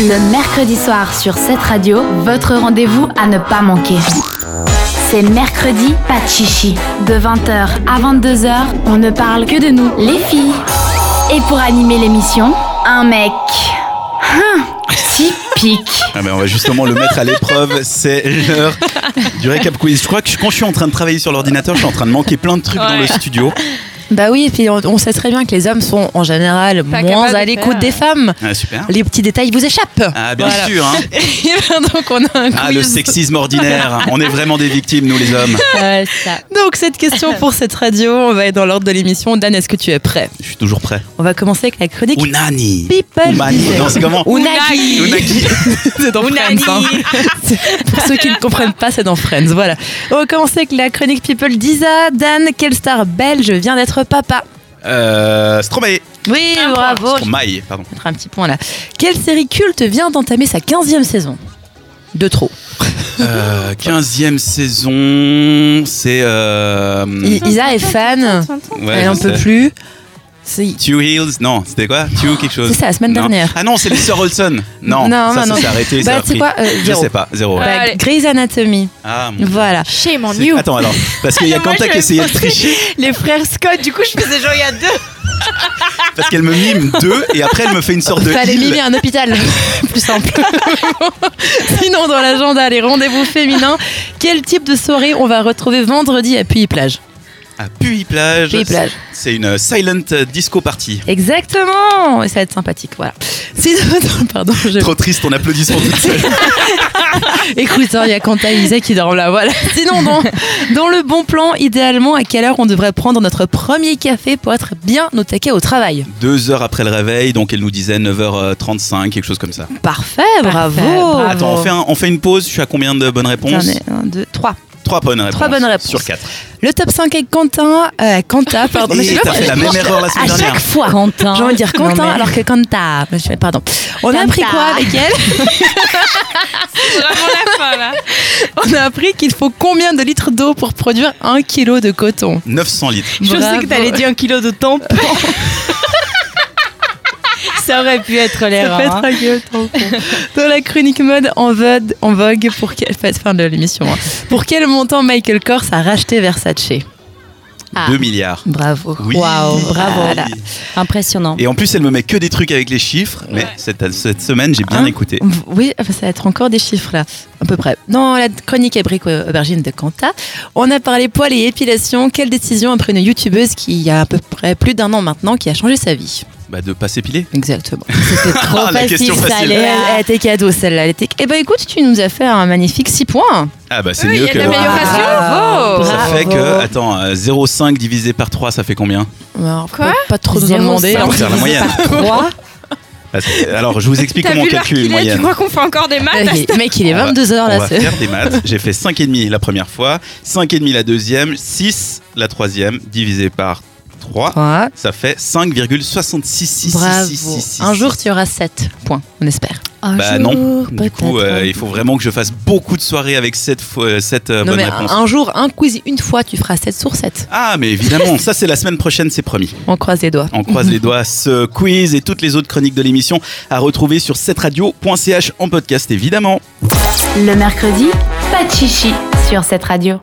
Le mercredi soir sur cette radio, votre rendez-vous à ne pas manquer. C'est mercredi, pas de chichi. De 20h à 22h, on ne parle que de nous, les filles. Et pour animer l'émission, un mec. Hum, typique. Ah ben, on va justement le mettre à l'épreuve, c'est l'heure du récap quiz. Je crois que quand je suis en train de travailler sur l'ordinateur, je suis en train de manquer plein de trucs dans le studio. Bah oui, et puis on, on sait très bien que les hommes sont en général Pas moins capables à de l'écoute faire. des femmes. Ah, super. Les petits détails vous échappent. Ah bien Voilà. sûr. hein. Et ben donc on a un Ah le quiz. sexisme ordinaire. On est vraiment des victimes nous les hommes. Euh, Ouais, ça. Donc cette question pour cette radio, on va être dans l'ordre de l'émission. Dan, est-ce que tu es prêt Je suis toujours prêt. On va commencer avec la chronique Unani. People. Unani. Design. Non c'est comment Unagi. Unagi. C'est dans Friends. hein. C'est- Pour ceux qui ne comprennent pas, c'est dans Friends. Voilà. On va commencer avec la chronique People d'Isa. Dan, quelle star belge vient d'être papa Euh, Stromae. Oui, Un point. bravo. Je vais Stromae, pardon. mettre un petit point là. Quelle série culte vient d'entamer sa 15e saison De trop. Euh, 15e saison, c'est euh, I- Isa est fan. ouais, elle je n'en peut sais. plus. C'est Two Heels, non, c'était quoi Two quelque chose. c'est ça, la semaine Non. dernière. Ah non, c'est les sœurs Olsen. Non, ça, Non, non, ça non. s'est arrêté. ça Bah, a tu sais pris. quoi euh, Je zéro. sais pas, zéro. ouais. Bah, Allez. Grey's Anatomy. Ah, mon- Voilà. Shame on C'est- you. Attends, alors, parce qu'il y a Moi, Quentin je qui essayait de pensais- tricher, Les frères Scott, du coup, je faisais genre il y a deux. parce qu'elle me mime deux, et après elle me fait une sorte de. Fallait île. mimer un hôpital. Plus simple. Sinon, dans l'agenda, les rendez-vous féminins, quel type de soirée on va retrouver vendredi à Puy-Plage À Puy-Plage. Puy-Plage. C'est une euh, silent disco party. Exactement Et ça va être sympathique, voilà. Sinon, non, pardon, je... Trop triste, on applaudit son toute seule. Écoute, hein, il y a Quentin et Isa qui dorment là, voilà. Sinon, dans, dans le bon plan, idéalement, à quelle heure on devrait prendre notre premier café pour être bien au taquet au travail Deux heures après le réveil, donc elle nous disait 9h35, quelque chose comme ça. Parfait, bravo, bravo. Attends, on fait, un- on fait une pause, je suis à combien de bonnes réponses Attendez, un, deux, trois. Trois bonnes réponses. Trois bonnes réponses. Sur quatre. Le top 5 avec Quentin. Euh, Quanta, pardon. Mais je sais Et t'as pas pourquoi fait la je- même erreur la semaine à dernière. chaque fois. Quentin. J'ai envie de dire Non, Quentin mais- alors que Quanta. mais je- Pardon. On a Quentin. appris quoi avec elle Vraiment la fin hein. là. On a appris qu'il faut combien de litres d'eau pour produire un kilo de coton 900 litres. Je pensais que t'allais dire un kilo de tampon. Ça aurait pu être Ça l'erreur. peut être hein. un gueule, ton con. Dans la chronique mode en vogue, en vogue pour quelle fin de l'émission. hein. Pour quel montant Michael Kors a racheté Versace 2 milliards. Bravo. Oui. Ah. Waouh, bravo. Oui. Impressionnant. Et en plus, elle me met que des trucs avec les chiffres, mais cette, cette semaine, j'ai bien Hein écouté. Oui, enfin, ça va être encore des chiffres là, à peu près. Dans la chronique abrique aubergine de Quanta, on a parlé poils et épilation. Quelle décision après une youtubeuse qui, il y a à peu près plus d'un an maintenant, qui a changé sa vie Bah, de pas s'épiler. Exactement. C'était trop Ah, la question facile, ça facile. Et elle, allait. elle était cadeau celle-là. Elle était... Eh ben écoute, tu nous as fait un magnifique 6 points. Ah, bah, c'est Oui, mieux il y a que. de l'amélioration. Bravo. Ça fait que. Bravo. Attends, euh, 0,5 divisé par 3, ça fait combien Alors, Quoi pas, pas trop nous en Zéro demander. hein. cinq. On va faire la moyenne. Trois. Parce que- Bah, Alors, je vous explique T'as comment on vu l'heure calcule une qu'il est, tu moyenne. crois qu'on fait encore des maths Mec, il- Mec, il est On va- 22h On Oh, là. va c'est- faire des maths. J'ai fait 5,5 la première fois, 5,5 la deuxième, 6 la troisième, divisé par 3, Trois. ça fait 5,666666. Bravo. Un jour, tu auras 7 points, on espère. Bah non. Du coup, hein. euh, il faut vraiment que je fasse beaucoup de soirées avec cette, fo- euh, cette euh, non, bonne mais réponse. un jour, un quiz, une fois, tu feras 7 sur 7. Ah, mais évidemment, ça c'est la semaine prochaine, c'est promis. On croise les doigts. On croise les doigts. Ce quiz et toutes les autres chroniques de l'émission à retrouver sur radio.ch en podcast, évidemment. Le mercredi, pas de chichi sur cette radio.